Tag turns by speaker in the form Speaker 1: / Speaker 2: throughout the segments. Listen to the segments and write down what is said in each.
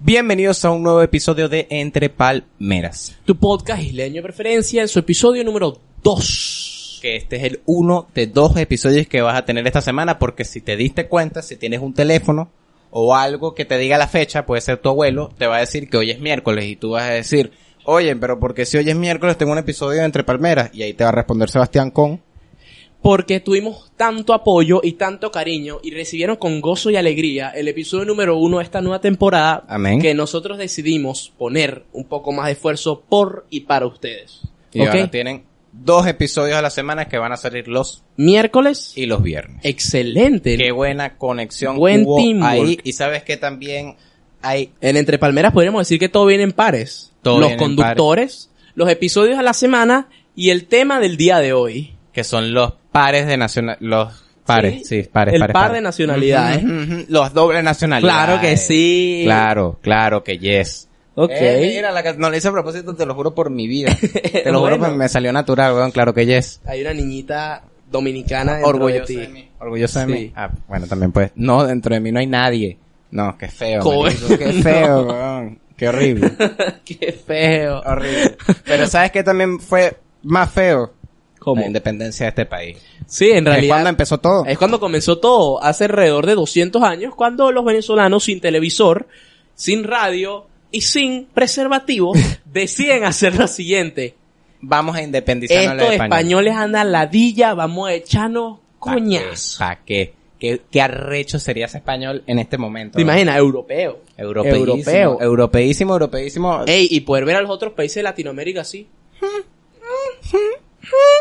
Speaker 1: Bienvenidos a un nuevo episodio de Entre Palmeras.
Speaker 2: Tu podcast isleño de preferencia en su episodio número 2.
Speaker 1: Que este es el uno de dos episodios que vas a tener esta semana, porque si te diste cuenta, si tienes un teléfono o algo que te diga la fecha, puede ser tu abuelo, te va a decir que hoy es miércoles y tú vas a decir, oye, pero porque si hoy es miércoles tengo un episodio de Entre Palmeras? Y ahí te va a responder Sebastián con,
Speaker 2: Porque tuvimos tanto apoyo y tanto cariño y recibieron con gozo y alegría el episodio número 1 de esta nueva temporada
Speaker 1: Amén.
Speaker 2: que nosotros decidimos poner un poco más de esfuerzo por y para ustedes.
Speaker 1: y
Speaker 2: ¿Ok?
Speaker 1: ahora tienen dos episodios a la semana que van a salir los
Speaker 2: Miércoles,
Speaker 1: y los viernes.
Speaker 2: excelente.
Speaker 1: Qué buena conexión
Speaker 2: Buen
Speaker 1: hubo
Speaker 2: teamwork.
Speaker 1: ahí. Y sabes que también hay
Speaker 2: En Entre Palmeras podríamos decir que todo viene en pares.
Speaker 1: Todo
Speaker 2: los
Speaker 1: viene en
Speaker 2: conductores, los episodios a la semana y el tema del día de hoy.
Speaker 1: que son los pares de nacional los pares, sí,
Speaker 2: Sí,
Speaker 1: pares,
Speaker 2: el
Speaker 1: pares,
Speaker 2: par
Speaker 1: pares.
Speaker 2: de nacionalidades.
Speaker 1: Ujú, ujú, ujú, Los dobles nacionalidades.
Speaker 2: Claro que sí.
Speaker 1: Claro, claro que yes.
Speaker 2: Ok.
Speaker 1: Eh, mira, la que- no le hice a propósito, te lo juro por mi vida. Te lo juro,
Speaker 2: Bueno.
Speaker 1: porque me salió natural, weón, claro que yes.
Speaker 2: Hay una niñita dominicana dentro
Speaker 1: Orgulloso
Speaker 2: de
Speaker 1: de
Speaker 2: ti.
Speaker 1: mí. Orgulloso de
Speaker 2: Sí.
Speaker 1: mí. Ah, bueno, también pues. No, dentro de mí no hay nadie. No, qué feo.
Speaker 2: Co-
Speaker 1: marico, Qué feo, weón. Qué horrible.
Speaker 2: Qué feo.
Speaker 1: horrible. Pero ¿sabes qué también fue más feo?
Speaker 2: ¿Cómo?
Speaker 1: La independencia de este país.
Speaker 2: Sí, en
Speaker 1: Es cuando
Speaker 2: realidad
Speaker 1: empezó todo.
Speaker 2: es cuando comenzó todo, hace alrededor de 200 años, cuando los venezolanos sin televisor, sin radio y sin preservativo deciden hacer lo siguiente.
Speaker 1: Vamos a independizarnos
Speaker 2: Estos
Speaker 1: de
Speaker 2: españoles andan ladilla, vamos a echarnos coñazo.
Speaker 1: ¿Para qué? ¿Qué, qué arrecho sería ese español en este momento?
Speaker 2: ¿Te imaginas? Europeo.
Speaker 1: Europeísimo,
Speaker 2: Europeo. ¿Eh?
Speaker 1: Europeísimo, europeísimo.
Speaker 2: Ey, y poder ver a los otros países de Latinoamérica así.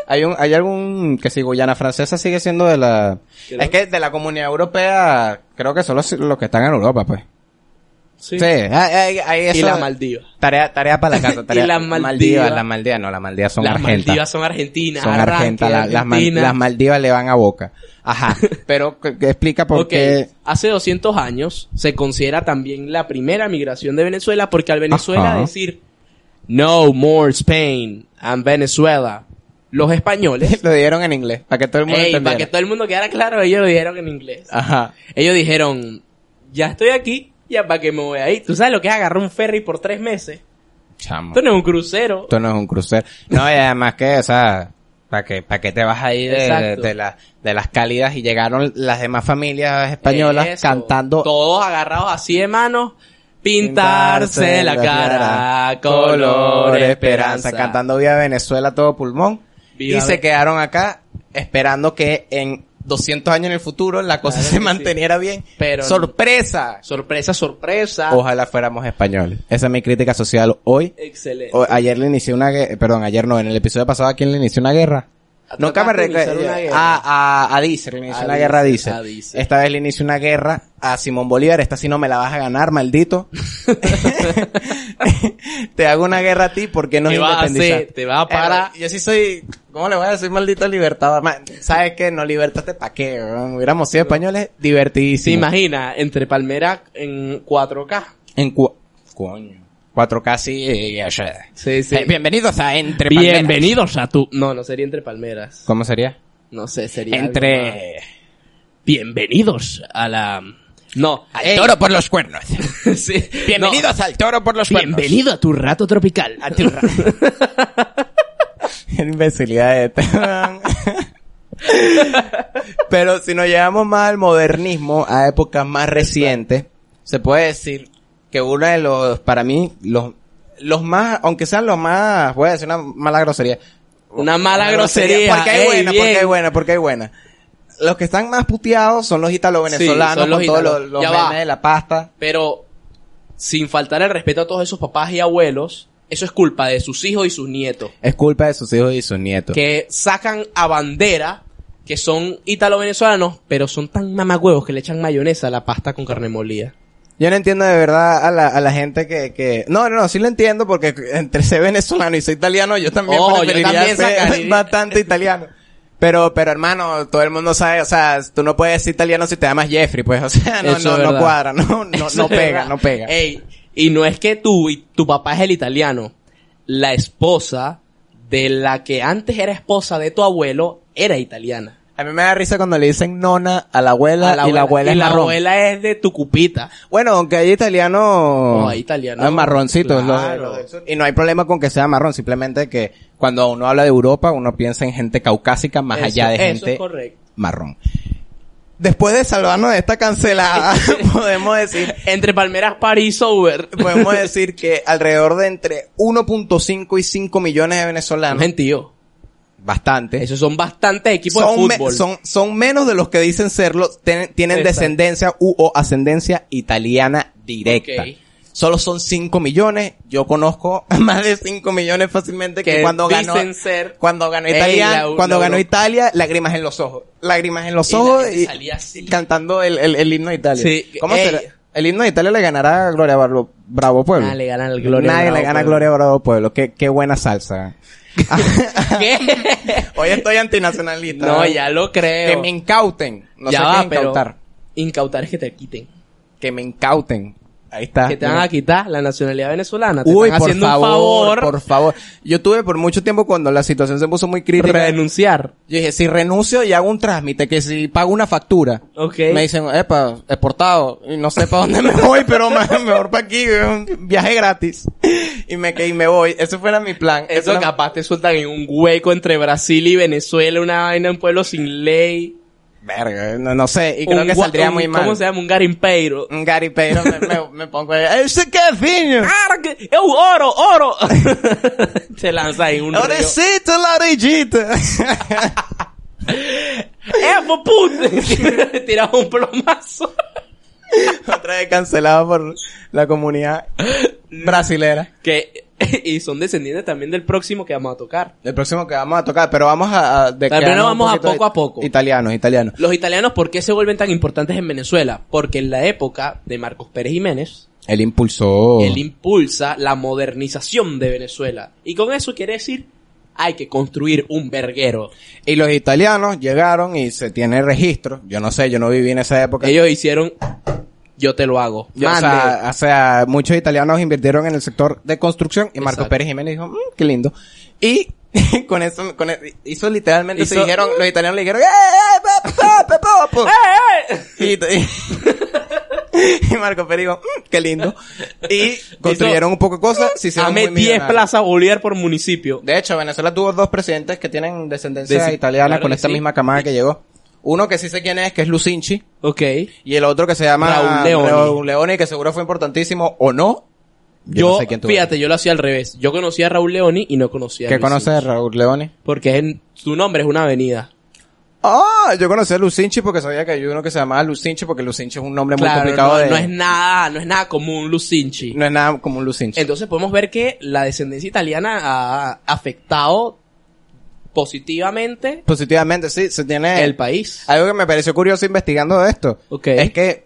Speaker 1: Hay, un, hay algún que si Guyana Francesa sigue siendo de la...
Speaker 2: Creo.
Speaker 1: Es que de la comunidad europea creo que solo si- los que están en Europa, pues. Sí, ah,
Speaker 2: Sí.
Speaker 1: hay, hay- hay
Speaker 2: Y
Speaker 1: eso-
Speaker 2: las Maldivas.
Speaker 1: Tarea, tarea para la casa. Tarea,
Speaker 2: las Maldivas.
Speaker 1: Las Maldivas, no, las Maldivas son
Speaker 2: las
Speaker 1: argentas.
Speaker 2: Maldivas son argentinas.
Speaker 1: son
Speaker 2: arranque,
Speaker 1: argentas, la- las, Mal-
Speaker 2: Argentina.
Speaker 1: las Maldivas le van a boca. Ajá, pero que- que explica por
Speaker 2: Ok,
Speaker 1: qué...
Speaker 2: Hace 200 años se considera también la primera migración de Venezuela porque al Venezuela
Speaker 1: Ajá.
Speaker 2: decir no more Spain and Venezuela, los españoles,
Speaker 1: Lo dieron en inglés, para que todo el mundo
Speaker 2: ey,
Speaker 1: entendiera. Ah.
Speaker 2: para que todo el mundo quedara claro, ellos lo dijeron en inglés.
Speaker 1: Ajá.
Speaker 2: Ellos dijeron, ya estoy aquí, ya para que me voy ahí. ¿Tú sabes lo que es agarrar un ferry por tres meses?
Speaker 1: Chamo.
Speaker 2: Esto no es un crucero.
Speaker 1: Esto no es un crucero. No, y además que, o sea, ¿para qué, pa qué te vas ahí de, de,
Speaker 2: Exacto.
Speaker 1: de la- de las cálidas? Y llegaron las demás familias españolas
Speaker 2: Eso.
Speaker 1: cantando.
Speaker 2: Todos agarrados así de manos. Pintarse la cara, color, esperanza.
Speaker 1: Cantando Vía Venezuela a todo pulmón.
Speaker 2: Viva
Speaker 1: y se
Speaker 2: Ve-
Speaker 1: quedaron acá esperando que en 200 años en el futuro la cosa
Speaker 2: Claro
Speaker 1: se
Speaker 2: que sí.
Speaker 1: manteniera bien.
Speaker 2: Pero-
Speaker 1: ¡Sorpresa!
Speaker 2: Sorpresa, sorpresa.
Speaker 1: Ojalá fuéramos españoles. Esa es mi crítica social hoy.
Speaker 2: Excelente.
Speaker 1: O- ayer le inicié una guerra, perdón, ayer no, en el episodio pasado, ¿a quién le inició una guerra?
Speaker 2: A
Speaker 1: Nunca me
Speaker 2: tratar de iniciar una
Speaker 1: recuerdo.
Speaker 2: guerra.
Speaker 1: A, a, a Diesel, le inició
Speaker 2: A
Speaker 1: una guerra a
Speaker 2: Diesel, a
Speaker 1: Diesel.
Speaker 2: Diesel.
Speaker 1: Esta vez le inició una guerra a Simón Bolívar, esta si no me la vas a ganar, maldito. Te hago una guerra a ti porque no
Speaker 2: ¿Qué vas a hacer? Ah, Te vas a parar.
Speaker 1: yo sí soy, ¿cómo le voy a decir maldito libertador? Ma- ¿Sabes qué? No libertaste pa' qué, weón? hubiéramos sido españoles
Speaker 2: ¿Se
Speaker 1: divertidísimos.
Speaker 2: imagina? Entre Palmera en 4K.
Speaker 1: En cu- coño. 4K sí, eh, eh,
Speaker 2: Sí,
Speaker 1: Eh, bienvenidos a Entre Palmeras.
Speaker 2: Bienvenidos a tu... No, no sería Entre Palmeras.
Speaker 1: ¿Cómo sería?
Speaker 2: No sé, sería... algo más.
Speaker 1: Entre...
Speaker 2: Bienvenidos a la... No.
Speaker 1: Al
Speaker 2: ey.
Speaker 1: toro por los cuernos.
Speaker 2: Sí, no.
Speaker 1: Bienvenidos al toro por los cuernos.
Speaker 2: Bienvenido a tu rato tropical. A tu
Speaker 1: Imbecilidad de este, man. Pero si nos llevamos más al modernismo, a épocas más recientes, se puede decir que uno de los, para mí, los, los más, aunque sean los más, voy a decir una mala grosería.
Speaker 2: Una mala grosería,
Speaker 1: Porque hay
Speaker 2: ey,
Speaker 1: buena, porque
Speaker 2: bien.
Speaker 1: hay buena, porque hay buena. Los que están más puteados son los
Speaker 2: Sí,
Speaker 1: italo-venezolanos,
Speaker 2: son los
Speaker 1: con todos
Speaker 2: ítalo.
Speaker 1: los, los
Speaker 2: Ya va.
Speaker 1: memes de la pasta.
Speaker 2: Pero sin faltar el respeto a todos esos papás y abuelos, eso es culpa de sus hijos y sus nietos.
Speaker 1: Es culpa de sus hijos y sus nietos.
Speaker 2: que sacan a bandera que son ítalo-venezolanos, pero son tan mamagüevos que le echan mayonesa a la pasta con carne molida.
Speaker 1: Yo no entiendo de verdad a la, a la gente que, que... No, no, no, sí lo entiendo porque entre ser venezolano y ser italiano yo también
Speaker 2: Oh, yo
Speaker 1: preferiría
Speaker 2: también
Speaker 1: ser
Speaker 2: sacaría.
Speaker 1: bastante italiano. Pero, pero hermano, todo el mundo sabe, o sea, tú no puedes ser italiano si te llamas Jeffrey, pues, o sea, no,
Speaker 2: Eso
Speaker 1: no,
Speaker 2: es
Speaker 1: no
Speaker 2: verdad.
Speaker 1: cuadra, no, no,
Speaker 2: Eso
Speaker 1: no
Speaker 2: es
Speaker 1: pega,
Speaker 2: verdad. Eh,
Speaker 1: no pega.
Speaker 2: Ey, y no es que tú y tu papá es el italiano. La esposa de la que antes era esposa de tu abuelo era italiana.
Speaker 1: A mí me da risa cuando le dicen nona a la abuela,
Speaker 2: A
Speaker 1: y la abuela
Speaker 2: y
Speaker 1: es
Speaker 2: la
Speaker 1: marrón.
Speaker 2: abuela es de tu cupita.
Speaker 1: Bueno, aunque hay italiano...
Speaker 2: No, hay italiano-
Speaker 1: hay marroncitos.
Speaker 2: Claro.
Speaker 1: los- los del sur. y no hay problema con que sea marrón. Simplemente que cuando uno habla de Europa, uno piensa en gente caucásica más
Speaker 2: Eso-
Speaker 1: allá de
Speaker 2: Eso es
Speaker 1: gente
Speaker 2: correcto.
Speaker 1: marrón. Después de salvarnos de esta cancelada, podemos decir
Speaker 2: Entre Palmeras, París, Over.
Speaker 1: podemos decir que alrededor de entre 1.5 y 5 millones de venezolanos,
Speaker 2: Mentío.
Speaker 1: bastante,
Speaker 2: Esos son bastantes equipos
Speaker 1: son,
Speaker 2: de
Speaker 1: me-
Speaker 2: fútbol.
Speaker 1: son, son menos de los que dicen serlo, ten- tienen
Speaker 2: Exacto.
Speaker 1: descendencia u o ascendencia italiana directa.
Speaker 2: Ok.
Speaker 1: Solo son 5 millones, yo conozco más de 5 millones fácilmente que,
Speaker 2: Que
Speaker 1: cuando ganó
Speaker 2: dicen ser-
Speaker 1: cuando ganó
Speaker 2: Ey,
Speaker 1: Italia,
Speaker 2: la-
Speaker 1: cuando
Speaker 2: la
Speaker 1: ganó
Speaker 2: Europa.
Speaker 1: Italia, lágrimas en los ojos, lágrimas en los
Speaker 2: Y la
Speaker 1: ojos
Speaker 2: gente salía así.
Speaker 1: cantando el, el, el himno de Italia.
Speaker 2: Sí.
Speaker 1: ¿Cómo
Speaker 2: Ey.
Speaker 1: será? El himno de Italia le ganará a Gloria Barbo- Bravo Pueblo.
Speaker 2: Nada le gana al Gloria
Speaker 1: Nadie
Speaker 2: Bravo
Speaker 1: le gana a
Speaker 2: Pueblo.
Speaker 1: Gloria Bravo Pueblo. Qué, qué buena salsa.
Speaker 2: ¿Qué?
Speaker 1: Hoy estoy antinacionalista.
Speaker 2: no, ya lo creo.
Speaker 1: Que me incauten. No
Speaker 2: ya
Speaker 1: sé
Speaker 2: va,
Speaker 1: qué incautar.
Speaker 2: pero incautar es que te quiten.
Speaker 1: Que me incauten. Ahí está.
Speaker 2: que te van a quitar la nacionalidad venezolana. Te
Speaker 1: Uy,
Speaker 2: están
Speaker 1: por
Speaker 2: haciendo
Speaker 1: favor,
Speaker 2: un favor
Speaker 1: por favor. Yo tuve por mucho tiempo cuando la situación se puso muy crítica.
Speaker 2: renunciar.
Speaker 1: yo dije, si renuncio y hago un trámite, que si pago una factura,
Speaker 2: Ok.
Speaker 1: me dicen, epa, exportado, y no sé para dónde me voy, pero más- mejor para aquí, un viaje gratis. Y me que y me voy. Ese fuera mi plan. Ese
Speaker 2: Eso
Speaker 1: era-
Speaker 2: capaz te sueltan en un hueco entre Brasil y Venezuela, una vaina, un pueblo sin ley.
Speaker 1: Verga, no, no sé, y creo
Speaker 2: Un
Speaker 1: que
Speaker 2: gua-
Speaker 1: saldría
Speaker 2: un-
Speaker 1: muy mal.
Speaker 2: ¿Cómo se llama? Un garimpeiro.
Speaker 1: Un Gary Peiro me, me, me pongo ahí, ¡Ese qué fino!
Speaker 2: ¡Ah, que- ¡Eh, oro, oro! te lanza ahí un
Speaker 1: ¡Ahora
Speaker 2: río.
Speaker 1: sí, te la orillita!
Speaker 2: ¡Eh, fue puto! Tiras un plomazo.
Speaker 1: Otra vez cancelado por la comunidad brasilera.
Speaker 2: que, y son descendientes también del próximo que vamos a tocar.
Speaker 1: El próximo que vamos a tocar, pero vamos a... a de
Speaker 2: Primero
Speaker 1: quedarnos un
Speaker 2: vamos a
Speaker 1: poquito
Speaker 2: poco a poco.
Speaker 1: Italianos, italianos.
Speaker 2: Los italianos, ¿por qué se vuelven tan importantes en Venezuela? Porque en la época de Marcos Pérez Jiménez,
Speaker 1: Él impulsó...
Speaker 2: él impulsa la modernización de Venezuela. Y con eso quiere decir, hay que construir un verguero.
Speaker 1: y los italianos llegaron y se tiene registro. Yo no sé, yo no viví en esa época.
Speaker 2: Ellos hicieron, yo te lo hago.
Speaker 1: Yo, o,
Speaker 2: Mande.
Speaker 1: sea, o sea, muchos italianos invirtieron en el sector de construcción y Marco
Speaker 2: Exacto.
Speaker 1: Pérez Jiménez dijo, "Mm, qué lindo. Y con eso, con e- hizo literalmente, se
Speaker 2: Hizo-
Speaker 1: dijeron, los italianos le dijeron, "Eh, eh, pa, pa, pa, pa, pa".
Speaker 2: ¡Eh, eh!
Speaker 1: Y, y- y Marco Pérez dijo, "Mm, qué lindo. Y construyeron un poco de cosas, se hicieron muy
Speaker 2: Dame 10
Speaker 1: millonarios.
Speaker 2: plazas Bolívar por municipio.
Speaker 1: De hecho, Venezuela tuvo dos presidentes que tienen descendencia
Speaker 2: Desi-
Speaker 1: italiana
Speaker 2: claro
Speaker 1: con
Speaker 2: que
Speaker 1: esta
Speaker 2: sí.
Speaker 1: misma camada que llegó. Uno que sí sé quién es, que es Lucinchi.
Speaker 2: Ok.
Speaker 1: Y el otro que se llama
Speaker 2: Raúl Leoni.
Speaker 1: Raúl Leoni, que seguro fue importantísimo o no.
Speaker 2: Yo,
Speaker 1: no sé quién tuvo.
Speaker 2: fíjate, yo lo hacía al revés. Yo conocía a Raúl Leoni y no conocía a
Speaker 1: ¿Qué
Speaker 2: Luis
Speaker 1: conoces de
Speaker 2: Inchi.
Speaker 1: Raúl Leoni?
Speaker 2: Porque es en- su nombre es una avenida.
Speaker 1: Ah, yo conocí a Lucinchi porque sabía que hay uno que se llamaba Lucinchi porque Lucinchi es un nombre muy
Speaker 2: Claro,
Speaker 1: complicado
Speaker 2: no,
Speaker 1: de...
Speaker 2: no es nada, no es nada común Lucinchi.
Speaker 1: no es nada como un Lucinchi.
Speaker 2: Entonces podemos ver que la descendencia italiana ha afectado positivamente
Speaker 1: Positivamente, sí, se tiene...
Speaker 2: el país.
Speaker 1: Algo que me pareció curioso investigando de esto.
Speaker 2: Ok.
Speaker 1: Es que,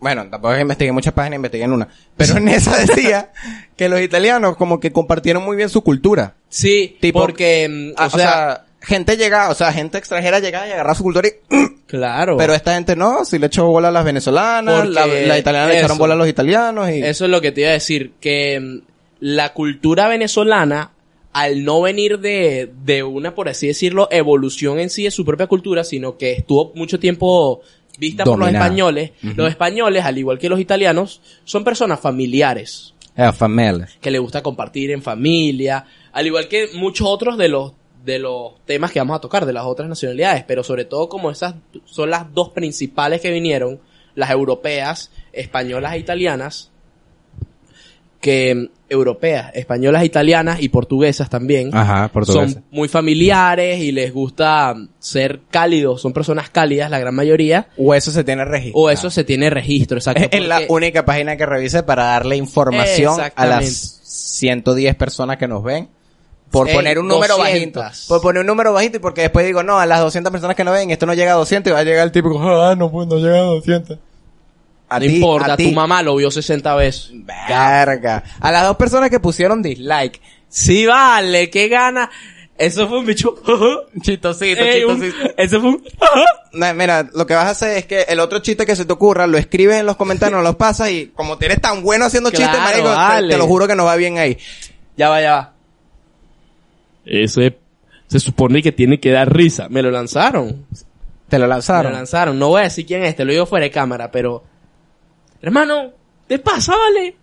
Speaker 1: bueno, tampoco es que investigué muchas páginas, investigué en una. Pero en esa decía que los italianos como que compartieron muy bien su cultura.
Speaker 2: Sí,
Speaker 1: Tipo-
Speaker 2: porque, mm,
Speaker 1: Ah,
Speaker 2: o, sea,
Speaker 1: gente llegaba, o sea, gente extranjera llegaba y agarraba su cultura y...
Speaker 2: claro.
Speaker 1: Pero esta gente no, si le echó bola a las venezolanas,
Speaker 2: Porque
Speaker 1: la, la italiana le
Speaker 2: eso.
Speaker 1: echaron bola a los italianos y...
Speaker 2: Eso es lo que te iba a decir, que mm, la cultura venezolana, al no venir de, de una, por así decirlo, evolución en sí de su propia cultura, sino que estuvo mucho tiempo vista por los
Speaker 1: Dominada.
Speaker 2: españoles, los españoles, al igual que los italianos, son personas familiares. que le gusta compartir en familia, al igual que muchos otros de los de los temas que vamos a tocar de las otras nacionalidades, pero sobre todo como esas son las dos principales que vinieron, las europeas, españolas e italianas, que mm, europeas, españolas, e italianas y portuguesas también
Speaker 1: Ajá,
Speaker 2: son muy familiares y les gusta mm, ser cálidos, son personas cálidas la gran mayoría,
Speaker 1: O eso se tiene registrado.
Speaker 2: o eso se tiene registro, exacto.
Speaker 1: es es la
Speaker 2: porque-
Speaker 1: única página que revisé para darle información a
Speaker 2: Exactamente.
Speaker 1: las 110 personas que nos ven. Por
Speaker 2: Ey,
Speaker 1: poner un número
Speaker 2: 200.
Speaker 1: bajito. Por poner un número bajito y porque después digo, no, a las 200 personas que nos ven, esto no llega a 200 y va a llegar el típico, ah, no, pues no llega a 200. A
Speaker 2: no
Speaker 1: ti,
Speaker 2: importa,
Speaker 1: a ti.
Speaker 2: tu mamá lo vio 60 veces.
Speaker 1: Verga. A las dos personas que pusieron dislike.
Speaker 2: Sí, vale, qué gana. Eso fue un bicho.
Speaker 1: Chistosito,
Speaker 2: Ey, un-
Speaker 1: chistosito.
Speaker 2: Eso fue un.
Speaker 1: No, mira, lo que vas a hacer es que el otro chiste que se te ocurra lo escribes en los comentarios, nos lo pasas y como te eres tan bueno haciendo
Speaker 2: Claro,
Speaker 1: chistes, marico, te-
Speaker 2: vale.
Speaker 1: te, lo juro que nos va bien ahí.
Speaker 2: ya va, ya va. Eso es- se supone que tiene que dar risa. Me lo lanzaron.
Speaker 1: Te lo lanzaron.
Speaker 2: Me lo lanzaron. No voy a decir quién es, te lo digo fuera de cámara, pero. Hermano, te pasa, vale.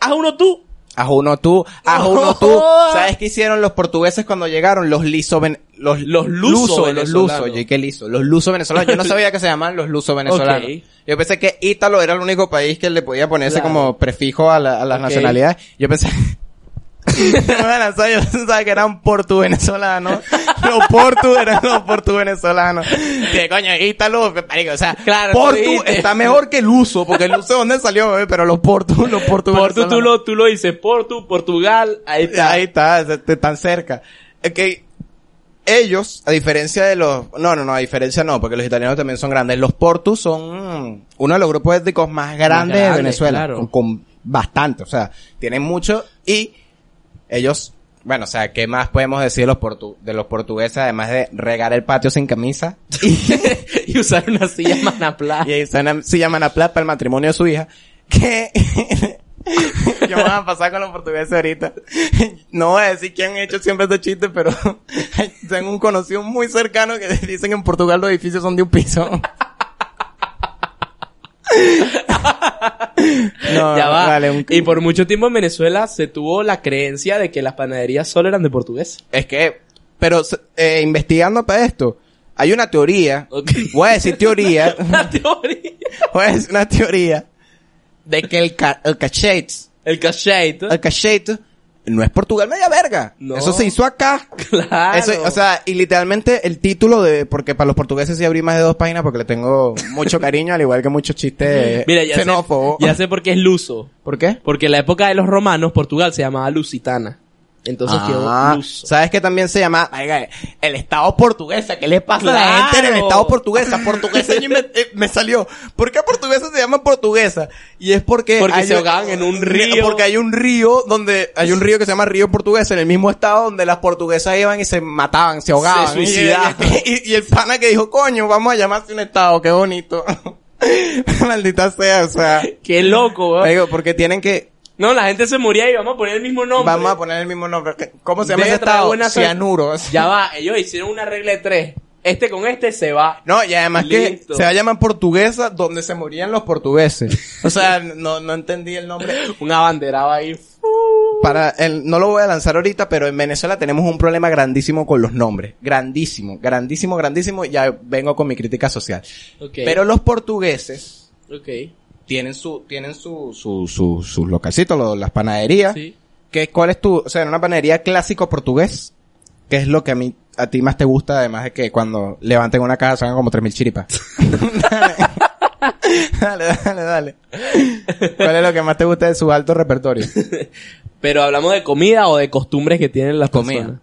Speaker 2: Haz uno tú.
Speaker 1: Haz uno tú, haz uno tú.
Speaker 2: Oh.
Speaker 1: ¿Sabes qué hicieron los portugueses cuando llegaron? Los liso ven- los,
Speaker 2: Los luso
Speaker 1: los
Speaker 2: venezolanos.
Speaker 1: luso. Yo, ¿qué liso? Los luso venezolanos. Yo no sabía que se llamaban los luso venezolanos.
Speaker 2: Ok.
Speaker 1: Yo pensé que Ítalo era el único país que le podía ponerse
Speaker 2: Claro.
Speaker 1: como prefijo a, la- a las
Speaker 2: Ok.
Speaker 1: nacionalidades. Yo pensé, me voy a lanzar, yo pensaba que eran portu venezolanos. Los portu eran los portu venezolanos. Que coño, Ítalo, marico, o sea,
Speaker 2: Claro, tú
Speaker 1: portu
Speaker 2: dijiste.
Speaker 1: está mejor que el uso, porque el uso dónde salió, eh? pero los portu, los portu
Speaker 2: Por tú, tú
Speaker 1: venezolanos.
Speaker 2: lo, tú lo dices. Por tu, Portugal. Ahí está.
Speaker 1: Ahí está, se- te- tan cerca. Es que ellos, a diferencia de los... No, no, no, a diferencia no, porque los italianos también son grandes. Los portus son mm, uno de los grupos étnicos más grandes de
Speaker 2: grandes,
Speaker 1: Venezuela.
Speaker 2: claro.
Speaker 1: Con, con bastante, o sea, tienen mucho y ellos... Bueno, o sea, ¿qué más podemos decir de los, portu- de los portugueses además de regar el patio sin camisa?
Speaker 2: y usar una silla manaplá.
Speaker 1: Y ahí está una silla manaplá para el matrimonio de su hija. Que yo me voy a pasar con los portugueses ahorita. No voy a decir quién ha hecho siempre ese chiste, pero tengo un conocido muy cercano que dicen que en Portugal los edificios son de un piso. No,
Speaker 2: ya va.
Speaker 1: vale, un-
Speaker 2: Y por mucho tiempo en Venezuela se tuvo la creencia de que las panaderías solo eran de portugués.
Speaker 1: Es que, pero eh, investigando para esto, hay una teoría.
Speaker 2: Ok.
Speaker 1: Voy a decir teoría.
Speaker 2: La teoría.
Speaker 1: voy a decir una teoría de que el, ca el cachetes
Speaker 2: El cacheito.
Speaker 1: el cachete no es Portugal media verga.
Speaker 2: No.
Speaker 1: Eso se hizo acá.
Speaker 2: Claro.
Speaker 1: Eso, o sea, y literalmente el título de, porque para los portugueses sí abrí más de dos páginas porque le tengo mucho cariño, al igual que muchos chistes
Speaker 2: Mira, ya
Speaker 1: xenófobos.
Speaker 2: sé, ya sé por qué es luso.
Speaker 1: ¿Por qué?
Speaker 2: Porque en la época de los romanos, Portugal se llamaba Lusitana. Entonces
Speaker 1: Ah,
Speaker 2: quedó luso.
Speaker 1: ¿Sabes que también se llama Oiga, el Estado portuguesa? ¿Qué le pasa a la
Speaker 2: Claro.
Speaker 1: gente en el Estado portuguesa? Portuguesa y me, eh, me salió. ¿Por qué portuguesa se llama portuguesa? Y es porque...
Speaker 2: Porque se ahogaban en un río.
Speaker 1: Porque hay un río donde... Hay un río que se llama Río Portuguesa en el mismo estado donde las portuguesas iban y se mataban, se ahogaban.
Speaker 2: Se suicidaban.
Speaker 1: Y, y- y el pana que dijo, coño, vamos a llamarse un Estado, qué bonito. Maldita sea, o sea...
Speaker 2: Qué loco, weón.
Speaker 1: Digo, porque tienen que...
Speaker 2: No, la gente se moría y vamos a poner el mismo nombre.
Speaker 1: Vamos a poner el mismo nombre. ¿Cómo se llama
Speaker 2: Deja
Speaker 1: ese
Speaker 2: traer
Speaker 1: estado?
Speaker 2: buena suerte.
Speaker 1: Cianuro.
Speaker 2: Ya va, ellos hicieron una regla de tres. Este con este se va.
Speaker 1: No, y además
Speaker 2: Listo.
Speaker 1: que se va a llamar portuguesa donde se morían los portugueses. O sea, no, no entendí el nombre.
Speaker 2: Un abanderado ahí.
Speaker 1: Para el, no lo voy a lanzar ahorita, pero en Venezuela tenemos un problema grandísimo con los nombres. Grandísimo, grandísimo, grandísimo. Ya vengo con mi crítica social.
Speaker 2: Ok.
Speaker 1: Pero los portugueses
Speaker 2: Ok.
Speaker 1: tienen su, tienen su, su, su- sus localcitos, lo- las panaderías.
Speaker 2: Sí.
Speaker 1: ¿Qué, ¿Cuál es tu, o sea, en una panadería clásico portugués? ¿Qué es lo que a mí, a ti más te gusta, además de que cuando levanten una caja salgan como 3000 chiripas? dale, dale, dale. dale. ¿Cuál es lo que más te gusta de su alto repertorio?
Speaker 2: Pero hablamos de comida o de costumbres que tienen las
Speaker 1: Comida.
Speaker 2: personas.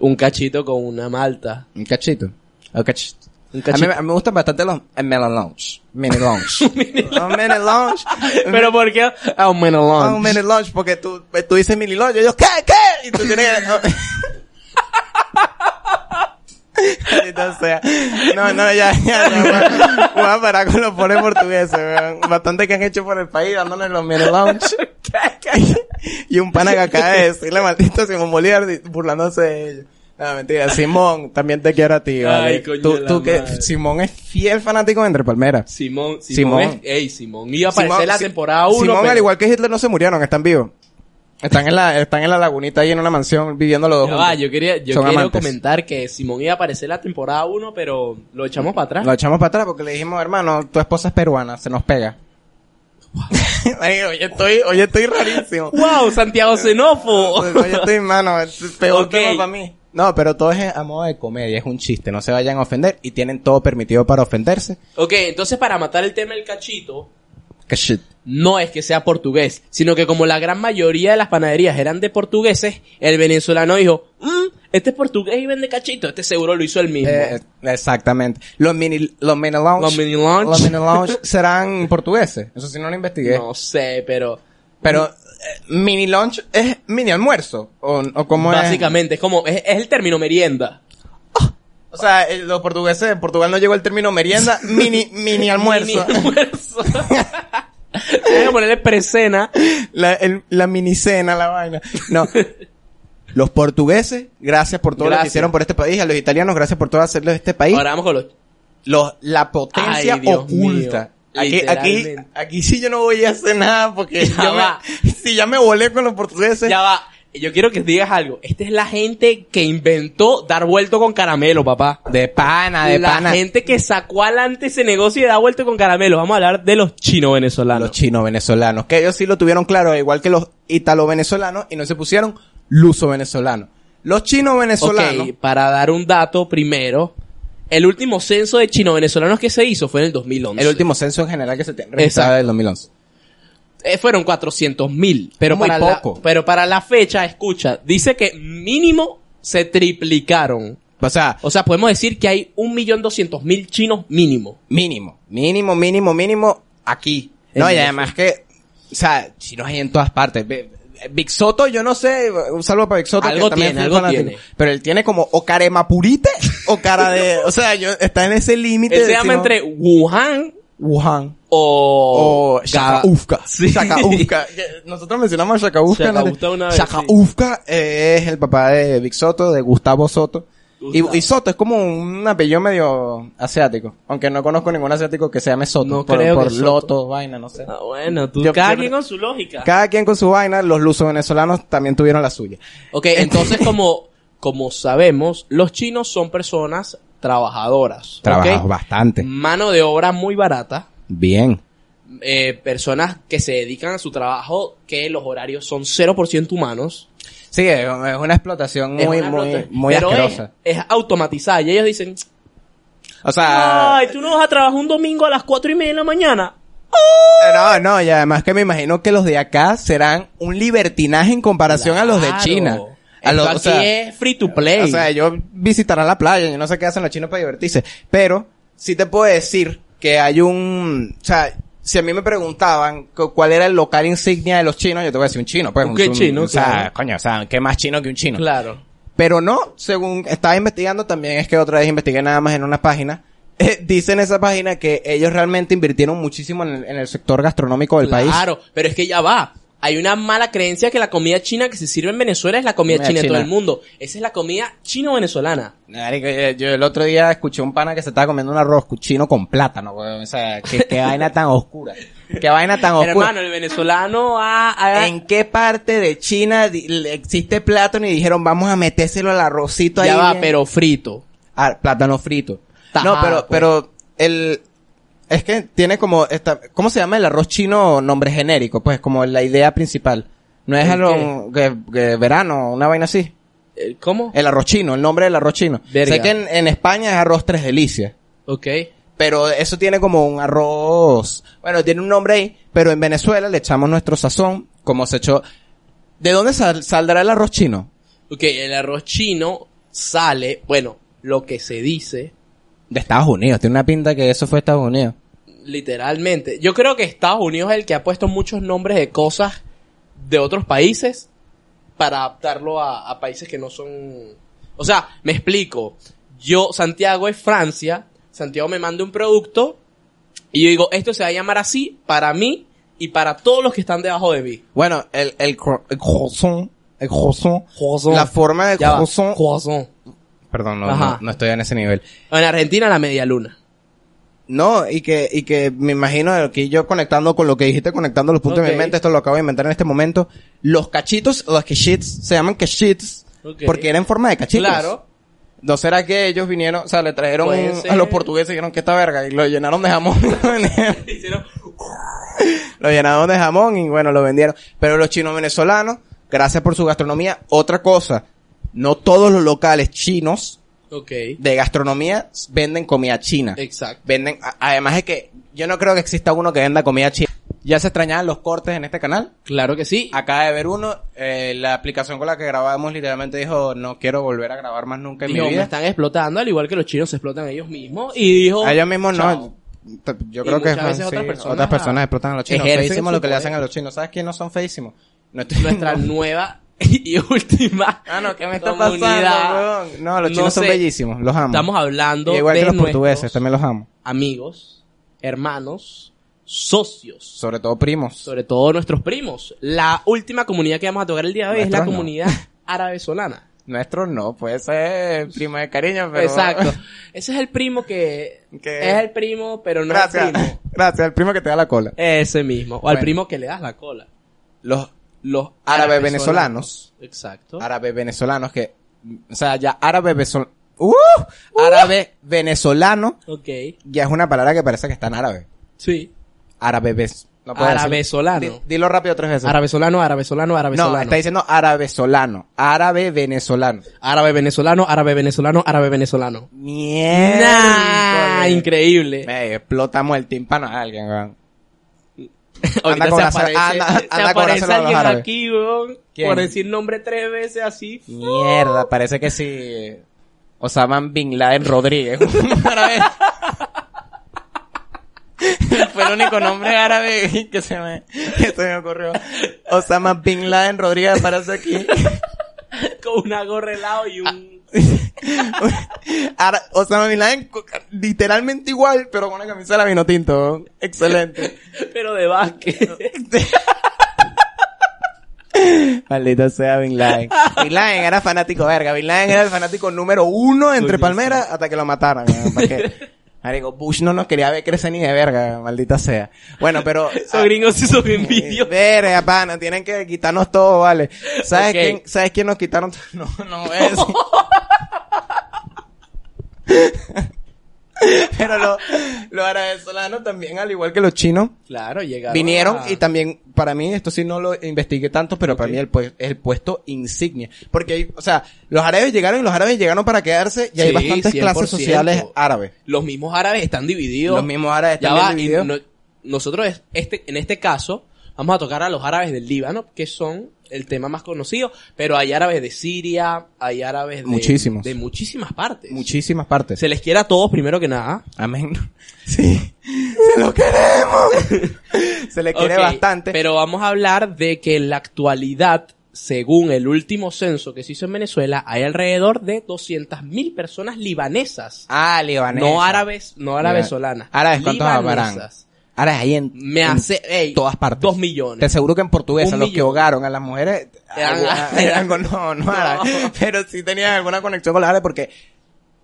Speaker 2: Un cachito con una malta.
Speaker 1: Un cachito. Un cachito.
Speaker 2: Un
Speaker 1: A mí
Speaker 2: cachito.
Speaker 1: me- me gustan bastante los el melon lounge. Mini lounge. Un mini lounge.
Speaker 2: Pero ¿por qué? Ah, un menos
Speaker 1: Ah, un mini lunch porque tú, pues, tú dices mini lunch. Y ellos, ¿qué? ¿Qué? Y tú tienes que... Maldita sea. No, no, ya, ya, ya. Voy a- voy a parar con los pobres portugueses, weón. Bastante que han hecho por el país dándonos los mini lunch. y un pana que acaba de decirle maldito Simón Bolívar di- burlándose de ellos. No, mentira. Simón, también te quiero a ti, ¿vale?
Speaker 2: Ay, coño de
Speaker 1: tú,
Speaker 2: la
Speaker 1: tú que...
Speaker 2: madre.
Speaker 1: Simón es fiel fanático de Entre Palmeras.
Speaker 2: Simón,
Speaker 1: Simón.
Speaker 2: Simón, es- ey, Simón iba a aparecer la
Speaker 1: Si-
Speaker 2: temporada 1.
Speaker 1: Simón, al igual que Hitler, no se murieron, están vivos. Están en la, están en la lagunita ahí en una mansión viviendo los dos.
Speaker 2: Ya
Speaker 1: juntos.
Speaker 2: va, yo quería, yo
Speaker 1: Son
Speaker 2: quiero
Speaker 1: amantes.
Speaker 2: comentar que Simón iba a aparecer la temporada 1, pero lo echamos para atrás.
Speaker 1: Lo echamos para atrás porque le dijimos, hermano, tu esposa es peruana, se nos pega. Ay, oye, estoy, oye, estoy rarísimo.
Speaker 2: ¡Wow! Santiago Xenofo.
Speaker 1: oye, estoy, hermano, es el peor
Speaker 2: Ok.
Speaker 1: tema para mí. No, pero todo es a modo de comedia, es un chiste, no se vayan a ofender y tienen todo permitido para ofenderse.
Speaker 2: ok, entonces para matar el tema del cachito,
Speaker 1: Que shit.
Speaker 2: no es que sea portugués, sino que como la gran mayoría de las panaderías eran de portugueses, el venezolano dijo, "Mm, este es portugués y vende cachito, este seguro lo hizo el mismo.
Speaker 1: Eh, exactamente. Los mini, los mini lounge.
Speaker 2: Los mini lounge.
Speaker 1: Los mini lounge serán portugueses. Eso sí no lo investigué.
Speaker 2: no sé, pero
Speaker 1: Pero eh, mini lunch es mini almuerzo o, o como
Speaker 2: básicamente es como, es, es el término merienda.
Speaker 1: o sea, eh, los portugueses en Portugal no llegó el término merienda, mini mini almuerzo.
Speaker 2: Mini almuerzo. Tengo que ponerle presena.
Speaker 1: la, el- la mini cena, la vaina. No. Los portugueses, gracias por todo lo que
Speaker 2: Gracias.
Speaker 1: hicieron por este país. A los italianos, gracias por todo hacerlo de este país.
Speaker 2: Ahora vamos con los
Speaker 1: los, la potencia
Speaker 2: Ay, Dios
Speaker 1: oculta.
Speaker 2: mío.
Speaker 1: Aquí, aquí,
Speaker 2: Literalmente.
Speaker 1: aquí sí yo no voy a hacer nada porque
Speaker 2: Ya
Speaker 1: yo
Speaker 2: va.
Speaker 1: me, si ya me volé con los portugueses.
Speaker 2: Ya va. Yo quiero que digas algo. Esta es la gente que inventó dar vuelto con caramelo, papá.
Speaker 1: De pana, Ah, de
Speaker 2: la
Speaker 1: pana.
Speaker 2: gente que sacó adelante ese negocio y da vuelto con caramelo. Vamos a hablar de los chinos venezolanos.
Speaker 1: Los chinos venezolanos, que ellos sí lo tuvieron claro, igual que los italo venezolanos, y no se pusieron luso venezolano. Los chinos venezolanos,
Speaker 2: Ok, para dar un dato primero, el último censo de chino venezolanos que se hizo fue en el 2011.
Speaker 1: el último censo en general que se tiene
Speaker 2: Exacto.
Speaker 1: registrado del 2011.
Speaker 2: Eh, fueron 400 mil, pero,
Speaker 1: Muy
Speaker 2: para
Speaker 1: poco.
Speaker 2: La, pero para la fecha, escucha, dice que mínimo se triplicaron.
Speaker 1: O sea,
Speaker 2: O sea, podemos decir que hay 1.200.000 chinos mínimo.
Speaker 1: mínimo, mínimo, mínimo, mínimo, aquí. No,
Speaker 2: En
Speaker 1: y
Speaker 2: eso.
Speaker 1: además que, o sea, chinos hay en todas partes. Ve- Big Soto, yo no sé, un saludo para Big Soto.
Speaker 2: Algo
Speaker 1: que también
Speaker 2: tiene,
Speaker 1: fue
Speaker 2: algo
Speaker 1: fanático.
Speaker 2: tiene.
Speaker 1: Pero él tiene como o carema purite o cara de, o sea, yo, está en ese límite.
Speaker 2: Él se
Speaker 1: de
Speaker 2: llama
Speaker 1: si no-
Speaker 2: entre Wuhan
Speaker 1: Wuhan.
Speaker 2: o...
Speaker 1: o Shakaufka.
Speaker 2: Sí.
Speaker 1: Shakaufka. Que Nosotros mencionamos a Shakaufka.
Speaker 2: Shakaufka una vez,
Speaker 1: Shakaufka, eh, es el papá de Big Soto, de Gustavo Soto.
Speaker 2: Gustavo.
Speaker 1: Y, y Soto es como un apellido medio asiático. Aunque no conozco ningún asiático que se llame Soto.
Speaker 2: No
Speaker 1: por
Speaker 2: creo
Speaker 1: por
Speaker 2: que Soto.
Speaker 1: Loto, vaina, no sé.
Speaker 2: Ah, bueno, tú
Speaker 1: Yo-
Speaker 2: cada
Speaker 1: yo-
Speaker 2: quien con su lógica.
Speaker 1: Cada quien con su vaina, los lusos venezolanos también tuvieron la suya.
Speaker 2: Ok, entonces como, como sabemos, los chinos son personas trabajadoras. ¿ok?
Speaker 1: Trabajamos bastante.
Speaker 2: Mano de obra muy barata.
Speaker 1: Bien.
Speaker 2: eh, personas que se dedican a su trabajo que los horarios son 0% humanos.
Speaker 1: Sí, es, es una explotación
Speaker 2: Es
Speaker 1: muy,
Speaker 2: una
Speaker 1: muy,
Speaker 2: rota-
Speaker 1: muy
Speaker 2: pero es-
Speaker 1: asquerosa.
Speaker 2: Es, automatizada y ellos dicen,
Speaker 1: O sea,
Speaker 2: ay, tú no vas a trabajar un domingo a las 4 y media de la mañana.
Speaker 1: No, no, y además que me imagino que los de acá serán un libertinaje en comparación a los de
Speaker 2: Claro.
Speaker 1: China. A
Speaker 2: Esto
Speaker 1: los, o
Speaker 2: aquí
Speaker 1: sea,
Speaker 2: es free to play.
Speaker 1: o sea, ellos visitarán la playa, yo no sé qué hacen los chinos para divertirse. Pero sí te puedo decir que hay un... O sea, si a mí me preguntaban cu- cuál era el local insignia de los chinos, yo te voy a decir un chino. Pues,
Speaker 2: ¿Un qué
Speaker 1: un-
Speaker 2: chino?
Speaker 1: O sea,
Speaker 2: Claro.
Speaker 1: coño, o sea, ¿qué más chino que un chino?
Speaker 2: claro.
Speaker 1: Pero no, según estaba investigando, también es que otra vez investigué nada más en una página. eh, dice en esa página que ellos realmente invirtieron muchísimo en el, en el sector gastronómico del país.
Speaker 2: Claro, pero es que ya va. Hay una mala creencia que la comida china que se sirve en Venezuela es la comida
Speaker 1: Comida
Speaker 2: china, de todo
Speaker 1: china.
Speaker 2: el mundo. Esa es la comida chino-venezolana.
Speaker 1: Marico, yo, yo el otro día escuché un pana que se estaba comiendo un arroz chino con plátano, weón. O sea, qué, qué vaina tan oscura. Qué vaina tan oscura.
Speaker 2: Hermano, el venezolano ah, ha... ha-
Speaker 1: pues. ¿En qué parte de China di- le existe plátano y dijeron vamos a metérselo al arrocito
Speaker 2: ya
Speaker 1: ahí?
Speaker 2: va,
Speaker 1: bien?
Speaker 2: pero frito.
Speaker 1: Ah, plátano frito.
Speaker 2: Tajada,
Speaker 1: no, pero,
Speaker 2: pues.
Speaker 1: pero el... Es que tiene como... Esta, ¿Cómo se llama el arroz chino nombre genérico? Pues como la idea principal. No es
Speaker 2: ¿El
Speaker 1: arroz- que- que verano, una vaina así.
Speaker 2: Eh, ¿Cómo?
Speaker 1: El arroz chino, el nombre del arroz chino.
Speaker 2: Verga.
Speaker 1: Sé que en, en España es arroz tres delicias.
Speaker 2: Ok.
Speaker 1: Pero eso tiene como un arroz. Bueno, tiene un nombre ahí, pero en Venezuela le echamos nuestro sazón, como se echó. ¿De dónde sal- saldrá el arroz chino?
Speaker 2: Ok, el arroz chino sale, bueno, lo que se dice,
Speaker 1: De Estados Unidos, tiene una pinta que eso fue Estados Unidos.
Speaker 2: literalmente. Yo creo que Estados Unidos es el que ha puesto muchos nombres de cosas de otros países para adaptarlo a, a países que no son... O sea, me explico. Yo, Santiago es Francia, Santiago me manda un producto y yo digo, esto se va a llamar así para mí y para todos los que están debajo de mí.
Speaker 1: Bueno, el, el, cro- el croissant, el croissant, la forma del
Speaker 2: Ya va.
Speaker 1: croissant.
Speaker 2: Croissant.
Speaker 1: Perdón, no,
Speaker 2: Ajá.
Speaker 1: no, no estoy en ese nivel.
Speaker 2: En Argentina la media luna.
Speaker 1: No, y que, y que me imagino aquí yo conectando con lo que dijiste, conectando los puntos de
Speaker 2: Ok.
Speaker 1: mi mente, esto lo acabo de inventar en este momento. Los cachitos, los cachits, se llaman cachits,
Speaker 2: Ok.
Speaker 1: porque era en forma de cachitos.
Speaker 2: Claro.
Speaker 1: ¿No será que ellos vinieron, o sea, le trajeron
Speaker 2: Puede
Speaker 1: un-
Speaker 2: ser.
Speaker 1: a los portugueses y dijeron que esta verga y lo llenaron de jamón?
Speaker 2: Hicieron-
Speaker 1: lo llenaron de jamón y bueno, lo vendieron. Pero los chinos venezolanos, gracias por su gastronomía, otra cosa, no todos los locales chinos
Speaker 2: Ok.
Speaker 1: de gastronomía venden comida china.
Speaker 2: Exacto.
Speaker 1: Venden, a- además es que yo no creo que exista uno que venda comida china. Ya se extrañaban los cortes en este canal.
Speaker 2: Claro que sí.
Speaker 1: Acaba de ver uno, eh, la aplicación con la que grabamos literalmente dijo, no quiero volver a grabar más nunca en
Speaker 2: Dijo,
Speaker 1: mi
Speaker 2: me
Speaker 1: vida.
Speaker 2: están explotando, al igual que los chinos se explotan ellos mismos. Y dijo.
Speaker 1: A ellos mismos
Speaker 2: "Chao".
Speaker 1: no. T- Yo
Speaker 2: Y
Speaker 1: creo que
Speaker 2: muchas veces
Speaker 1: sí,
Speaker 2: otras personas
Speaker 1: otras personas explotan a los chinos.
Speaker 2: ejercen
Speaker 1: Feísimo
Speaker 2: su
Speaker 1: lo que le hacen
Speaker 2: poder.
Speaker 1: a los chinos. ¿Sabes quién no son feísimos? Nuestro-
Speaker 2: Nuestra nueva y última.
Speaker 1: Ah, no, ¿qué me está pasando?
Speaker 2: comunidad.
Speaker 1: weón? No, los chinos son
Speaker 2: sé,
Speaker 1: bellísimos. Los amo.
Speaker 2: Estamos hablando
Speaker 1: Y Igual
Speaker 2: de
Speaker 1: que los
Speaker 2: nuestros
Speaker 1: portugueses, también los amo.
Speaker 2: amigos, hermanos, socios.
Speaker 1: Sobre todo primos.
Speaker 2: Sobre todo nuestros primos. La última comunidad que vamos a tocar el día de hoy es la
Speaker 1: Nuestros no.
Speaker 2: comunidad árabe solana.
Speaker 1: Nuestro no, puede ser primo de cariño, pero...
Speaker 2: Exacto. Ese es el primo que...
Speaker 1: Que-
Speaker 2: Es el primo, pero no es el
Speaker 1: Gracias.
Speaker 2: primo.
Speaker 1: Gracias, el primo que te da la cola.
Speaker 2: Ese mismo. O al
Speaker 1: Bueno.
Speaker 2: primo que le das la cola.
Speaker 1: Los
Speaker 2: Los
Speaker 1: Árabe
Speaker 2: árabes
Speaker 1: venezolanos.
Speaker 2: Exacto.
Speaker 1: árabes venezolanos que... O sea, ya árabe venezolano... ¡Uh! Árabe venezolano
Speaker 2: Ok.
Speaker 1: ya es una palabra que parece que está en árabe.
Speaker 2: Sí.
Speaker 1: Árabe ves. No puedo decirlo.
Speaker 2: Arabesolano.
Speaker 1: Di- dilo rápido tres veces.
Speaker 2: Árabe solano, árabe solano, árabe
Speaker 1: no,
Speaker 2: solano.
Speaker 1: está diciendo árabe solano. Árabe venezolano.
Speaker 2: Árabe venezolano, árabe venezolano, árabe venezolano.
Speaker 1: Mierda.
Speaker 2: Nah, Increíble.
Speaker 1: ¡Eh! Me explotamos el tímpano a alguien, weón.
Speaker 2: Ahorita
Speaker 1: con
Speaker 2: se
Speaker 1: la-
Speaker 2: aparece,
Speaker 1: anda-
Speaker 2: se
Speaker 1: anda con
Speaker 2: aparece
Speaker 1: hacerlo a los
Speaker 2: alguien
Speaker 1: árabes.
Speaker 2: aquí, weón,
Speaker 1: ¿Quién?
Speaker 2: por decir nombre tres veces así.
Speaker 1: Mierda, parece que si Osama Bin Laden Rodríguez. un árabe. Fue el único nombre árabe que se me, que se me ocurrió. Osama Bin Laden Rodríguez aparece aquí.
Speaker 2: Con una gorra al lado y un...
Speaker 1: Ahora, Osama Bin Laden, co- literalmente igual, pero con una camisa de la vino tinto. Excelente.
Speaker 2: pero de básquet.
Speaker 1: Maldita sea Bin Laden. Bin Laden era fanático, verga. Bin Laden era el fanático número uno entre
Speaker 2: Coño,
Speaker 1: palmeras hasta que lo mataran. weón, ¿Para qué? Marico, Bush no nos quería ver crecer ni de verga, maldita sea. Bueno, pero...
Speaker 2: Esos gringos sí son
Speaker 1: ah,
Speaker 2: envidiosos.
Speaker 1: Verga, pana, tienen que quitarnos todo, vale. ¿Sabes,
Speaker 2: Ok.
Speaker 1: quién, ¿Sabes quién nos quitaron? todo? No, no voy a decir. Pero lo- los venezolanos también, al igual que los chinos,
Speaker 2: Claro, llegaron.
Speaker 1: vinieron
Speaker 2: a-
Speaker 1: y también para mí esto sí no lo investigué tanto pero para
Speaker 2: Ok.
Speaker 1: mí el pue- es el puesto insignia porque hay- o sea los árabes llegaron y los árabes llegaron para quedarse y hay
Speaker 2: Sí,
Speaker 1: bastantes
Speaker 2: 100%.
Speaker 1: clases sociales árabes
Speaker 2: Los mismos árabes están divididos.
Speaker 1: los mismos árabes
Speaker 2: Ya
Speaker 1: están
Speaker 2: va, y
Speaker 1: divididos.
Speaker 2: no- nosotros es- este, en este caso vamos a tocar a los árabes del Líbano, que son el tema más conocido, pero hay árabes de Siria, hay árabes de,
Speaker 1: Muchísimos.
Speaker 2: de muchísimas partes.
Speaker 1: muchísimas partes
Speaker 2: Se les quiere a todos primero que nada.
Speaker 1: amén sí se lo queremos se le quiere
Speaker 2: Ok,
Speaker 1: bastante
Speaker 2: Pero vamos a hablar de que en la actualidad, según el último censo que se hizo en Venezuela, hay alrededor de 200.000 personas libanesas.
Speaker 1: ah libanés
Speaker 2: No árabes, no árabes solanas.
Speaker 1: árabes cuántos habrán
Speaker 2: libanesas.
Speaker 1: árabes ahí en
Speaker 2: Me
Speaker 1: en
Speaker 2: hace, ey,
Speaker 1: todas partes
Speaker 2: Dos
Speaker 1: Te
Speaker 2: millones.
Speaker 1: aseguro que en portugués,
Speaker 2: Un
Speaker 1: a los que
Speaker 2: millón.
Speaker 1: ahogaron a las mujeres,
Speaker 2: Eran-
Speaker 1: alguna- eran con- no, no,
Speaker 2: No.
Speaker 1: eran- pero sí tenían alguna conexión con la árabe porque,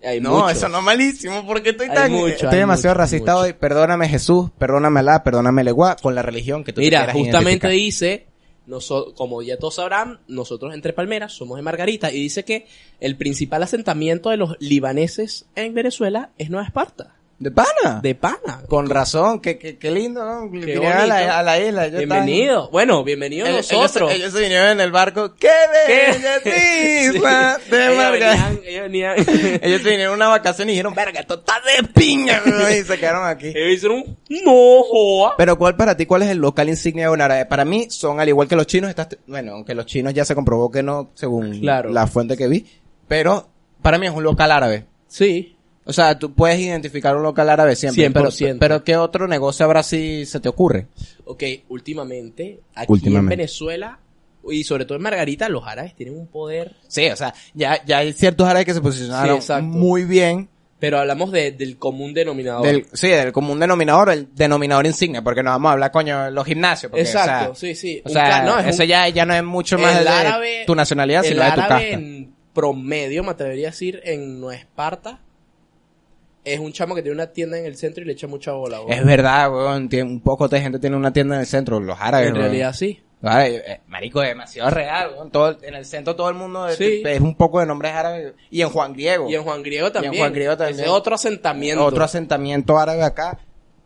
Speaker 2: Hay
Speaker 1: no,
Speaker 2: muchos.
Speaker 1: eso no es malísimo, porque estoy
Speaker 2: Hay
Speaker 1: tan,
Speaker 2: mucho, hay
Speaker 1: estoy demasiado
Speaker 2: mucho, hay
Speaker 1: racista
Speaker 2: mucho.
Speaker 1: hoy, perdóname Jesús, perdóname Alá, perdóname Leguá, con la religión que tú te
Speaker 2: Mira,
Speaker 1: quieras
Speaker 2: justamente
Speaker 1: identificar.
Speaker 2: dice, noso- como ya todos sabrán, nosotros entre Palmeras somos de Margarita y dice que el principal asentamiento de los libaneses en Venezuela es Nueva Esparta,
Speaker 1: De pana.
Speaker 2: de Pana.
Speaker 1: Con razón, qué, qué, qué lindo, ¿no? Vinieron a
Speaker 2: bonito.
Speaker 1: la, a la isla. yo estaba-
Speaker 2: Bienvenido. Bueno, bienvenido
Speaker 1: Ellos-
Speaker 2: nosotros.
Speaker 1: Ellos, ellos se vinieron en el barco. ¡Qué bella
Speaker 2: Sí.
Speaker 1: isla de
Speaker 2: Ellos
Speaker 1: Margarita!
Speaker 2: venían- ellos venían-
Speaker 1: Ellos se vinieron a una vacación y dijeron, verga, esto está de piña, ¿no? y se quedaron aquí.
Speaker 2: ellos hicieron un no joa.
Speaker 1: Pero ¿cuál para ti, cuál es el local insignia de un árabe? Para mí son, al igual que los chinos, estas, bueno, aunque los chinos ya se comprobó que no, según
Speaker 2: Claro.
Speaker 1: la fuente que vi, pero para mí es un local árabe.
Speaker 2: Sí.
Speaker 1: O sea, tú puedes identificar un local árabe siempre. Pero,
Speaker 2: 100%.
Speaker 1: pero ¿qué otro negocio habrá si se te ocurre?
Speaker 2: Ok, últimamente, aquí
Speaker 1: Últimamente.
Speaker 2: en Venezuela y sobre todo en Margarita, los árabes tienen un poder.
Speaker 1: Sí, o sea, ya, ya hay ciertos árabes que se
Speaker 2: Sí,
Speaker 1: posicionaron
Speaker 2: exacto.
Speaker 1: muy bien.
Speaker 2: Pero hablamos de- del común denominador.
Speaker 1: Del, sí, del común denominador, el denominador insignia, porque no vamos a hablar, coño, de los gimnasios. porque, o sea,
Speaker 2: Exacto, sí, sí.
Speaker 1: O
Speaker 2: Un
Speaker 1: sea,
Speaker 2: ca- no, es un-
Speaker 1: eso ya, ya no es mucho
Speaker 2: el
Speaker 1: más de
Speaker 2: árabe-
Speaker 1: tu nacionalidad,
Speaker 2: el
Speaker 1: sino de tu
Speaker 2: árabe
Speaker 1: casta.
Speaker 2: en promedio, me atrevería a decir, en Nueva Esparta, es un chamo que tiene una tienda en el centro y le echa mucha bola. weón.
Speaker 1: Es verdad, weón. tiene- un poco de gente tiene una tienda en el centro, los árabes.
Speaker 2: en
Speaker 1: weón.
Speaker 2: realidad sí.
Speaker 1: Los árabes, eh, marico, es demasiado real, weón. Todo, en el centro todo el mundo es,
Speaker 2: Sí.
Speaker 1: es un poco de nombres árabes. Y en Juan Diego.
Speaker 2: Y en Juan Griego también.
Speaker 1: Juan Griego también.
Speaker 2: Ese es otro asentamiento.
Speaker 1: Otro asentamiento árabe acá.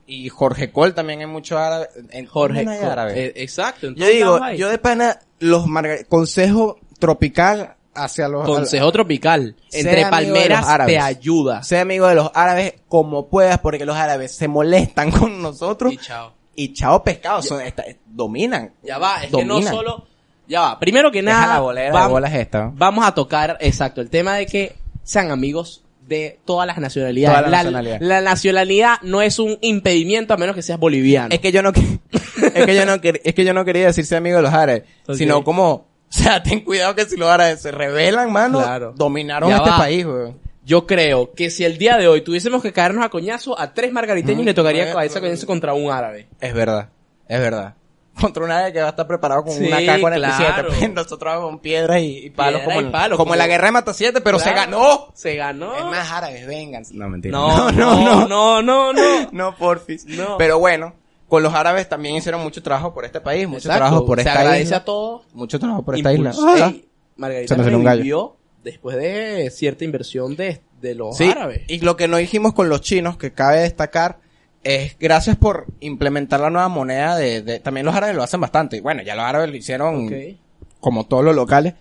Speaker 1: Y Jorge Col también hay mucho árabe. En
Speaker 2: Jorge.
Speaker 1: no hay
Speaker 2: Co-
Speaker 1: árabe.
Speaker 2: eh, exacto. en
Speaker 1: yo
Speaker 2: todos
Speaker 1: digo,
Speaker 2: lados hay.
Speaker 1: yo de pana, los margar- consejo tropical hacia los
Speaker 2: Consejo tropical.
Speaker 1: Sé
Speaker 2: Entre
Speaker 1: amigo de los
Speaker 2: palmeras
Speaker 1: árabes.
Speaker 2: te ayuda.
Speaker 1: Sé amigo de los árabes como puedas, porque los árabes se molestan con nosotros.
Speaker 2: Y chao.
Speaker 1: Y chao pescado, son, esta- dominan.
Speaker 2: Ya va, es que no
Speaker 1: Dominan.
Speaker 2: solo. Ya va. Primero que
Speaker 1: Deja
Speaker 2: nada,
Speaker 1: la bolera de
Speaker 2: vam-
Speaker 1: bolas esta. ¿no?
Speaker 2: vamos a tocar, exacto, el tema de que sean amigos de todas las nacionalidades.
Speaker 1: Todas las
Speaker 2: la,
Speaker 1: nacionalidades.
Speaker 2: la nacionalidad no es un impedimento a menos que seas boliviano.
Speaker 1: Es que yo no que- es que yo no quer- es que yo no quería decirse amigo de los árabes,
Speaker 2: Ok.
Speaker 1: sino como o sea, ten cuidado que si los árabes se rebelan, mano,
Speaker 2: Claro.
Speaker 1: dominaron
Speaker 2: Ya
Speaker 1: este
Speaker 2: va.
Speaker 1: país, weón.
Speaker 2: Yo creo que si el día de hoy tuviésemos que caernos a coñazo a tres margariteños
Speaker 1: Mm,
Speaker 2: le tocaría
Speaker 1: eh,
Speaker 2: cabeza a coñazo contra un árabe.
Speaker 1: Es verdad. Es verdad. contra una que va a estar preparado con
Speaker 2: Sí,
Speaker 1: una K-47.
Speaker 2: claro.
Speaker 1: pues, Nosotros con piedras y, y palos
Speaker 2: Piedra
Speaker 1: como,
Speaker 2: y
Speaker 1: en-
Speaker 2: palos,
Speaker 1: como en la
Speaker 2: como-
Speaker 1: guerra de Matasiete, pero se
Speaker 2: Claro.
Speaker 1: ganó.
Speaker 2: Se ganó.
Speaker 1: Es más árabes, vénganse. No, mentira.
Speaker 2: No, no, no, no, no.
Speaker 1: No, porfis.
Speaker 2: No.
Speaker 1: Pero bueno, con los árabes también hicieron mucho trabajo por este país, mucho
Speaker 2: Exacto.
Speaker 1: trabajo por
Speaker 2: Se
Speaker 1: esta
Speaker 2: agradece
Speaker 1: isla.
Speaker 2: a todos.
Speaker 1: Mucho trabajo por esta isla.
Speaker 2: Impulsó- Ey, Margarita
Speaker 1: Se me salió un gallo.
Speaker 2: revivió después de cierta inversión de, de los
Speaker 1: Sí,
Speaker 2: árabes.
Speaker 1: y lo que no dijimos con los chinos, que cabe destacar, es gracias por implementar la nueva moneda de, de- También los árabes lo hacen bastante. Bueno, ya los árabes lo hicieron
Speaker 2: Ok.
Speaker 1: como todos los locales,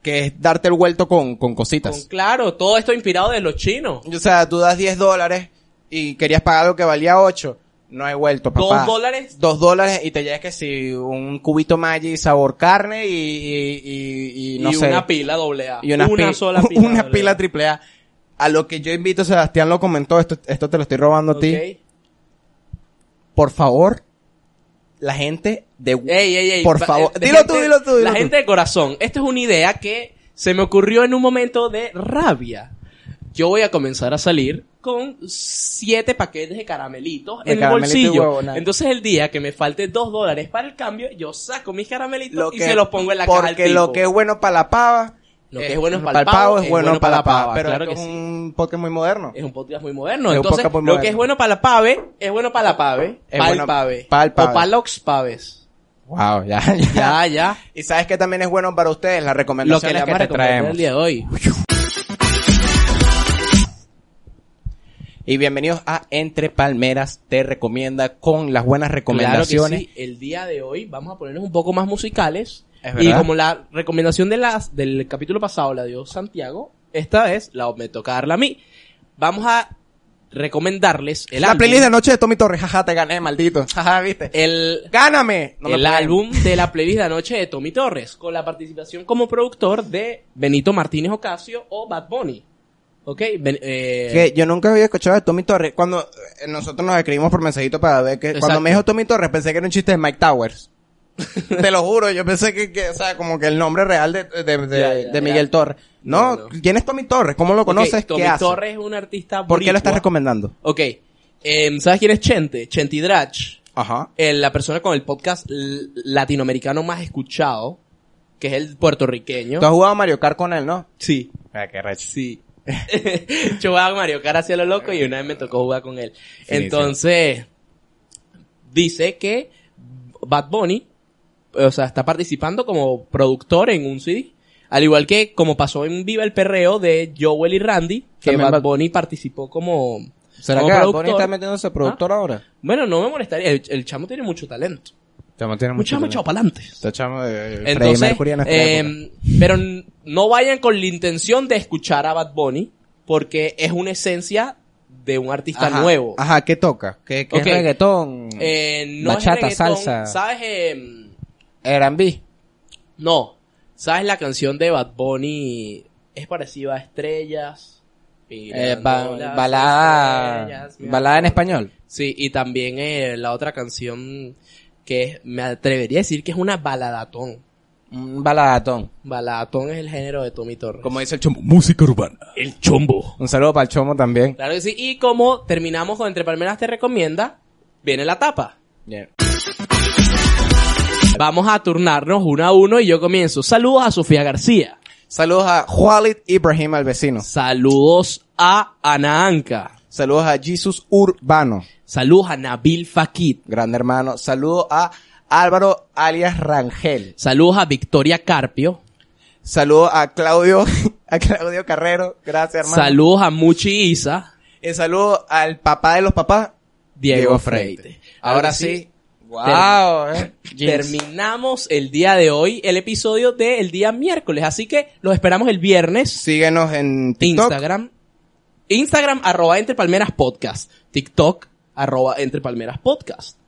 Speaker 1: que es darte el vuelto con, con
Speaker 2: Con,
Speaker 1: cositas.
Speaker 2: claro, todo esto inspirado de los chinos.
Speaker 1: O sea, tú das 10 dólares y querías pagar lo que valía 8. No hay vuelto,
Speaker 2: ¿Dos
Speaker 1: papá.
Speaker 2: dólares?
Speaker 1: Dos dólares y te llevas que si un cubito Maggi sabor carne y, y, y, y no
Speaker 2: y
Speaker 1: sé.
Speaker 2: una pila doble A.
Speaker 1: y una, pi-
Speaker 2: sola pila.
Speaker 1: una
Speaker 2: doble
Speaker 1: pila
Speaker 2: A.
Speaker 1: triple A. A lo que yo invito, Sebastián lo comentó, esto, esto te lo estoy robando a ti.
Speaker 2: Ok.
Speaker 1: Por favor, la gente de...
Speaker 2: Ey, ey, ey.
Speaker 1: Por
Speaker 2: Va-
Speaker 1: favor.
Speaker 2: eh, de
Speaker 1: Dilo tú, dilo tú, dilo
Speaker 2: la
Speaker 1: tú.
Speaker 2: gente de corazón. Esta es una idea que se me ocurrió en un momento de rabia. Yo voy a comenzar a salir con siete paquetes de caramelitos
Speaker 1: De
Speaker 2: en
Speaker 1: caramelito y
Speaker 2: el bolsillo.
Speaker 1: huevonada.
Speaker 2: Entonces el día que me falte dos dólares para el cambio, yo saco mis caramelitos
Speaker 1: lo
Speaker 2: y
Speaker 1: que-
Speaker 2: se los pongo en la
Speaker 1: Porque
Speaker 2: cara al tipo.
Speaker 1: lo que es bueno para la pava...
Speaker 2: Lo que es bueno
Speaker 1: pa'l
Speaker 2: pa'l pavo,
Speaker 1: es bueno para la pava. Pero
Speaker 2: claro
Speaker 1: esto
Speaker 2: que
Speaker 1: es
Speaker 2: sí. Eh,
Speaker 1: un podcast muy moderno.
Speaker 2: Es un podcast muy moderno.
Speaker 1: Es un
Speaker 2: Entonces,
Speaker 1: podcast muy
Speaker 2: lo que
Speaker 1: moderno.
Speaker 2: es bueno para la pave, es bueno para la pave.
Speaker 1: Es
Speaker 2: Pa'l
Speaker 1: bueno
Speaker 2: pave.
Speaker 1: pa'l pave.
Speaker 2: O para los paves.
Speaker 1: Wow, ya, ya.
Speaker 2: Ya, ya.
Speaker 1: Y sabes que también es bueno para ustedes las
Speaker 2: Lo que
Speaker 1: recomendaciones
Speaker 2: les
Speaker 1: que,
Speaker 2: vamos a
Speaker 1: te
Speaker 2: recomendar el
Speaker 1: traemos.
Speaker 2: día de hoy.
Speaker 1: Y bienvenidos a Entre Palmeras te recomienda con las buenas recomendaciones.
Speaker 2: Claro que sí. El día de hoy vamos a ponernos un poco más musicales.
Speaker 1: Es
Speaker 2: y
Speaker 1: verdad.
Speaker 2: como la recomendación de las, del capítulo pasado la dio Santiago, esta vez la me toca darla a mí. Vamos a recomendarles el
Speaker 1: la
Speaker 2: álbum.
Speaker 1: playlist de noche de Tommy Torres, jaja, te gané, maldito. Jaja, viste.
Speaker 2: el,
Speaker 1: ¡Gáname! No me
Speaker 2: el
Speaker 1: pueden.
Speaker 2: álbum de la playlist de anoche de Tommy Torres, con la participación como productor de Benito Martínez Ocasio o Bad Bunny. ¿Ok? Ben- eh,
Speaker 1: Que yo nunca había escuchado de Tommy Torres. Cuando eh, nosotros nos escribimos por mensajito para ver que... Cuando
Speaker 2: Exacto.
Speaker 1: me dijo Tommy Torres pensé que era un chiste de Mike Towers. Te lo juro, yo pensé que, que, o sea, como que el nombre real de, de, de-
Speaker 2: Ya, ya,
Speaker 1: de
Speaker 2: ya.
Speaker 1: Miguel Torres. No,
Speaker 2: No, no.
Speaker 1: ¿quién es Tommy Torres? ¿Cómo lo
Speaker 2: ok,
Speaker 1: conoces?
Speaker 2: Tommy
Speaker 1: ¿Qué hace?
Speaker 2: Torres es un artista
Speaker 1: ¿Por qué lo estás
Speaker 2: boricua.
Speaker 1: recomendando?
Speaker 2: Ok. Em, ¿Sabes quién es Chente? Chente Drach.
Speaker 1: Ajá.
Speaker 2: el- la persona con el podcast l- latinoamericano más escuchado, que es el puertorriqueño.
Speaker 1: Tú has jugado Mario Kart con él, ¿no?
Speaker 2: Sí,
Speaker 1: Ah, qué recho.
Speaker 2: sí. Yo jugaba a Mario Kart hacia lo loco y una vez me tocó jugar con él. Entonces, dice que Bad Bunny, o sea, está participando como productor en un CD. Al igual que como pasó en Viva el Perreo de Joel y Randy, que
Speaker 1: También
Speaker 2: Bad
Speaker 1: Bad-
Speaker 2: Bunny participó como,
Speaker 1: ¿Será
Speaker 2: como
Speaker 1: que Bad
Speaker 2: productor. ¿Ah?
Speaker 1: Bunny está metiéndose productor ahora?
Speaker 2: Bueno, no me molestaría. El, el chamo tiene mucho talento.
Speaker 1: Chamo tiene
Speaker 2: Un chamo echado para adelante.
Speaker 1: Este chamo de Freddie
Speaker 2: Entonces,
Speaker 1: Mercury en esta
Speaker 2: eh,
Speaker 1: época.
Speaker 2: pero n- no vayan con la intención de escuchar a Bad Bunny, porque es una esencia de un artista
Speaker 1: Ajá.
Speaker 2: nuevo.
Speaker 1: Ajá, ¿qué toca? ¿Qué, qué
Speaker 2: Ok.
Speaker 1: es reggaetón?
Speaker 2: Eh, no es
Speaker 1: Bachata,
Speaker 2: reggaetón,
Speaker 1: salsa.
Speaker 2: ¿Sabes? em,
Speaker 1: R&B.
Speaker 2: no. ¿Sabes la canción de Bad Bunny? Es parecida a Estrellas.
Speaker 1: Eh,
Speaker 2: Mirando
Speaker 1: ba-
Speaker 2: las
Speaker 1: balada,
Speaker 2: estrellas, mi
Speaker 1: balada en
Speaker 2: amor.
Speaker 1: español.
Speaker 2: Sí, y también eh, la otra canción que es- me atrevería a decir que es una baladatón.
Speaker 1: Un baladatón.
Speaker 2: Baladatón es el género de Tommy Torres.
Speaker 1: Como dice el chombo, música urbana.
Speaker 2: el chombo.
Speaker 1: Un saludo para el chomo también.
Speaker 2: Claro que sí. Y como terminamos con Entre Palmeras te recomienda, viene la tapa. Vamos a turnarnos uno a uno y yo comienzo. Saludos a Sofía García.
Speaker 1: Saludos a Walid Ibrahim, al vecino.
Speaker 2: Saludos a Ana Anca.
Speaker 1: Saludos a Jesus Urbano,
Speaker 2: Saludos a Nabil Fakit.
Speaker 1: grande hermano. Saludos a Álvaro alias Rangel.
Speaker 2: Saludos a Victoria Carpio.
Speaker 1: Saludos a Claudio, a Claudio Carrero. Gracias, hermano.
Speaker 2: Saludos a Muchi Isa.
Speaker 1: Y saludos al papá de los papás,
Speaker 2: Diego, Freite.
Speaker 1: Freite. Ahora
Speaker 2: Claro que
Speaker 1: sí. Wow, eh. Jeans.
Speaker 2: Terminamos el día de hoy el episodio del día miércoles. Así que los esperamos el viernes.
Speaker 1: Síguenos en TikTok.
Speaker 2: Instagram. Instagram, arroba entre palmeras podcast. TikTok, arroba entre palmeras podcast.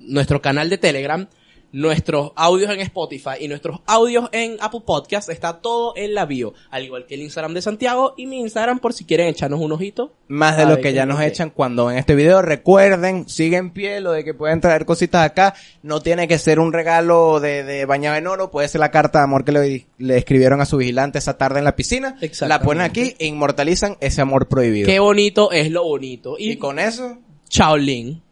Speaker 2: Nuestro canal de Telegram, nuestros audios en Spotify y nuestros audios en Apple Podcast está todo en la bio. Al igual que el Instagram de Santiago y mi Instagram por si quieren echarnos un ojito.
Speaker 1: Más Ah, de
Speaker 2: A
Speaker 1: lo
Speaker 2: ver
Speaker 1: que
Speaker 2: qué
Speaker 1: ya
Speaker 2: nos
Speaker 1: nos
Speaker 2: dice.
Speaker 1: echan cuando ven este video. Recuerden, sigue en pie lo de que pueden traer cositas acá. No tiene que ser un regalo de, de bañado en oro. Puede ser la carta de amor que le, le escribieron a su vigilante esa tarde en la piscina. La
Speaker 2: Exactamente.
Speaker 1: ponen aquí e inmortalizan ese amor prohibido.
Speaker 2: Qué bonito es lo bonito. Y,
Speaker 1: y con eso,
Speaker 2: Shaolin.